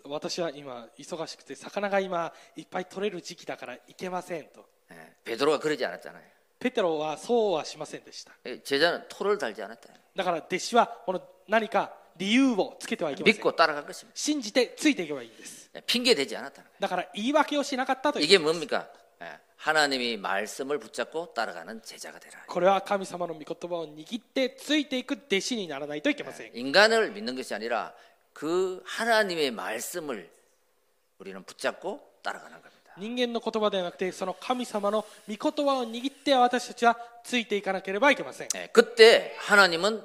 [SPEAKER 2] 私は今忙しくて魚が今いっぱい取れる時期だから行けませんと
[SPEAKER 1] 예, 베드로가 그러지 않았잖아요.
[SPEAKER 2] ペテロはそうはしませんでした
[SPEAKER 1] 예, 제자는 토를 달지 않았다.
[SPEAKER 2] だから弟子はこの何か理由をつけてはいけません
[SPEAKER 1] 믿고 따라간 것입니다.
[SPEAKER 2] 信じてついていけばいいんです
[SPEAKER 1] 예, 핑계 대지 않았다는 거예요.
[SPEAKER 2] だから言い訳をしなかったという
[SPEAKER 1] 이게 뭡니까? 예, 하나님이 말씀을 붙잡고 따라가는 제자가 되라.
[SPEAKER 2] これは神様の御言葉を握ってついていく弟子にならないといけません
[SPEAKER 1] 인간을 믿는 것이 아니라 그 하나님의 말씀을 우리는 붙잡고 따라가는 겁니다.
[SPEAKER 2] 人間の言葉ではなくてその神様の御言葉を握って私たちはついていかなければいけません
[SPEAKER 1] 예, 그때 하나님은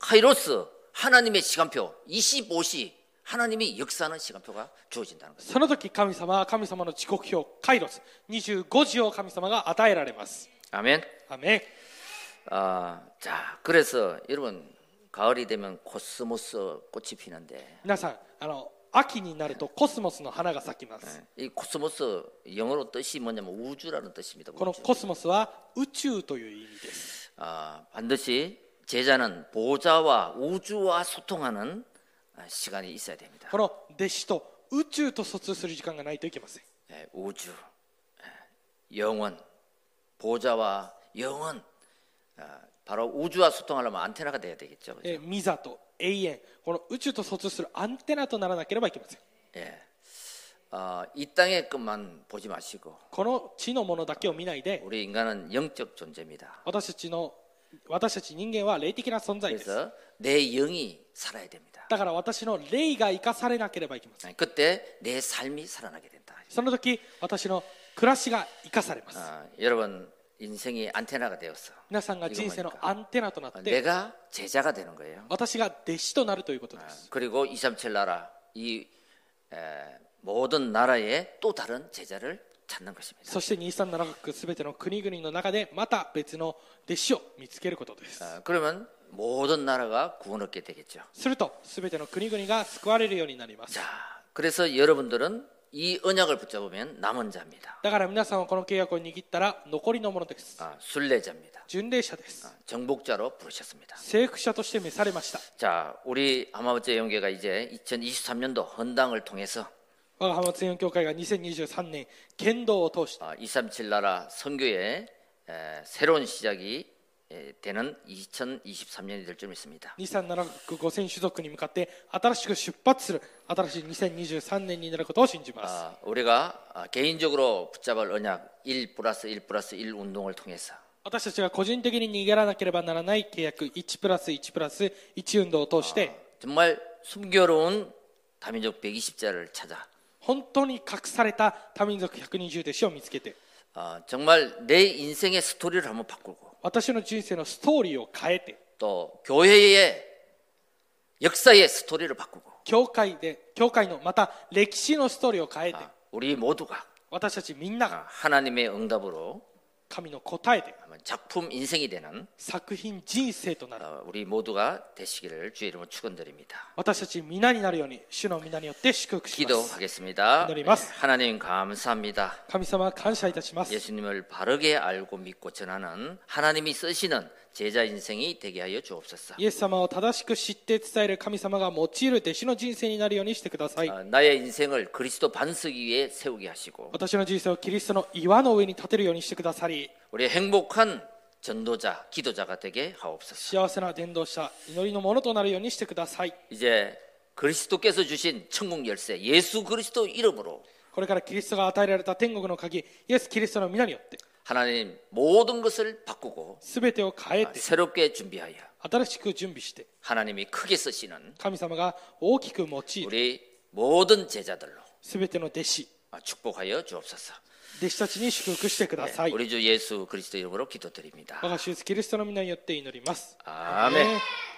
[SPEAKER 1] 카이로스 하나님의 시간표 25시 하나님이 역사하는 시간표가 주어진다는 거예요.
[SPEAKER 2] その時神様は神様の時刻表カイロス25時を神様が与えられます
[SPEAKER 1] 아멘.
[SPEAKER 2] アメン
[SPEAKER 1] 아, 자, 그래서 여러분 가을이 되면 코스모스 꽃이 피는데
[SPEAKER 2] 皆さんあの秋になるとコスモスの花が咲きます
[SPEAKER 1] 이 코스모스 영어로 뜻이 뭐냐면 우주라는 뜻입니다.
[SPEAKER 2] この
[SPEAKER 1] 우주.
[SPEAKER 2] コスモスは宇宙という意味です
[SPEAKER 1] 아, 반드시 제자는 보좌와 우주와 소통하는 아, 시간이 있어야 됩니다.
[SPEAKER 2] この弟子と宇宙と疎通する時間がないといけません
[SPEAKER 1] 예, 우주, 예, 영원, 보좌와 영원. 아, 바로 우주와 소통하려면 안테나가 돼야 되겠죠. 그죠?
[SPEAKER 2] えーミザと永遠この宇宙と疎通するアンテナとならなければいけません
[SPEAKER 1] 예. 아, 이 땅의 것만 보지 마시고
[SPEAKER 2] この地のものだけを見ないで
[SPEAKER 1] 우리 인간은 영적 존재입니다.
[SPEAKER 2] 私たちの私たち人間は霊的な存在です
[SPEAKER 1] 그래서 내 영이 살아야 됩니다.
[SPEAKER 2] だから私の霊が生かされなければいけません
[SPEAKER 1] 예, 그때 내 삶이 살아나게 된다.
[SPEAKER 2] その時私の暮らしが生かされます
[SPEAKER 1] 아, 여러분 인생이 안테나가 되었어.
[SPEAKER 2] 皆さんが人生のアンテナとなっ
[SPEAKER 1] 아,
[SPEAKER 2] て
[SPEAKER 1] 내가 제자가 되는 거예요.
[SPEAKER 2] 私が弟子となるということです
[SPEAKER 1] 그리고 237 나라 이 에, 모든 나라에 또 다른 제자를 찾는 것입니다.
[SPEAKER 2] そして237国すべての国々の中でまた別の弟子を見つけることです
[SPEAKER 1] 아, 그러면 모든 나라가 구원 얻게 되겠죠.
[SPEAKER 2] するとすべての国々が救われるようになります
[SPEAKER 1] 자, 그래서 여러분들은 이 언약을 붙잡으면 남은 자입니다.
[SPEAKER 2] だから皆さんはこの契約を握ったら残りのものです
[SPEAKER 1] 아, 순례자입니다. 아,
[SPEAKER 2] 巡礼者です。
[SPEAKER 1] 정복자로 부르셨습니다.
[SPEAKER 2] 征服者として召されました。
[SPEAKER 1] 자, 우리 아마우제 연계가 이제 2023년도 헌당을 통해서
[SPEAKER 2] 我が浜松四教会が2023年、剣道を通して
[SPEAKER 1] 아, 237 나라 선교의 에, 새로운 시작이 에, 되는 2023년이 될 줄 믿습니다.
[SPEAKER 2] 237国5000種族に向かって新しく出発する新しい2023年になることを信じます。
[SPEAKER 1] 아, 우리가 아, 개인적으로 붙잡을 언약 1 플러스 1 플러스 1 운동을 통해서
[SPEAKER 2] 私たちが個人的に逃げらなければならない契約1プラス1プラス1運動を通して、
[SPEAKER 1] 정말 숨겨놓은 다민족 120자를 찾아
[SPEAKER 2] 本当に隠された多民族120弟子を見つけて、
[SPEAKER 1] 아, 정말 내 인생의 스토리를 한번 바꾸고
[SPEAKER 2] 私の人生のストーリーを変えて、
[SPEAKER 1] 또 교회의 역사의 스토리를 바꾸고
[SPEAKER 2] 教会で、教会のまた歴史のストーリーを変えて、
[SPEAKER 1] 아, 우리 모두가
[SPEAKER 2] 私たちみんな
[SPEAKER 1] 아,
[SPEAKER 2] が
[SPEAKER 1] 하나님의 응답으로
[SPEAKER 2] 神の答えで
[SPEAKER 1] 아마 작품 인생이 되는
[SPEAKER 2] 作品人生となる
[SPEAKER 1] 어, 우리 모두가 되시기를 주의 이름으로 축원드립니다.
[SPEAKER 2] 私たち皆になるように主の皆によって祝福します
[SPEAKER 1] 기도하겠습니다.
[SPEAKER 2] 기도드립니다.
[SPEAKER 1] 네, 하나님 감사합니다.
[SPEAKER 2] 神様感謝いたします
[SPEAKER 1] 예수님을 바르게 알고 믿고 전하는 하나님이 쓰시는 제자 인생이 되게 하여 주옵소서.
[SPEAKER 2] イエス様を正しく知って伝える神様が用いる弟子の人生になるようにしてください
[SPEAKER 1] 어, 나의 인생을 그리스도 반석 위에 세우게 하시고
[SPEAKER 2] 私の人生をキリストの岩の上に立てるようにしてくださり
[SPEAKER 1] 우리 행복한 전도자, 기도자가 되게 하옵소서.
[SPEAKER 2] 幸せな伝道者祈りのものとなるようにしてください
[SPEAKER 1] 이제 그리스도께서 주신 천국 열쇠 예수 그리스도 이름으로
[SPEAKER 2] これからキリストが与えられた天国の鍵イエス・キリストの皆によって
[SPEAKER 1] 하나님 모든 것을 바꾸고
[SPEAKER 2] 全てを変えて
[SPEAKER 1] 아, 새롭게 준비하여
[SPEAKER 2] 新しく準備して
[SPEAKER 1] 하나님이 크게 쓰시는
[SPEAKER 2] 神様が大きく用いる
[SPEAKER 1] 우리 모든 제자들로 아,
[SPEAKER 2] 全ての弟子
[SPEAKER 1] 축복하여 주옵소서. 예,
[SPEAKER 2] 弟子たちに祝福してください
[SPEAKER 1] 우리 주 예수 그리스도 이름으로 기도드립니다.
[SPEAKER 2] 我が主イエスキリストの皆によって祈ります。
[SPEAKER 1] 아멘.
[SPEAKER 2] えー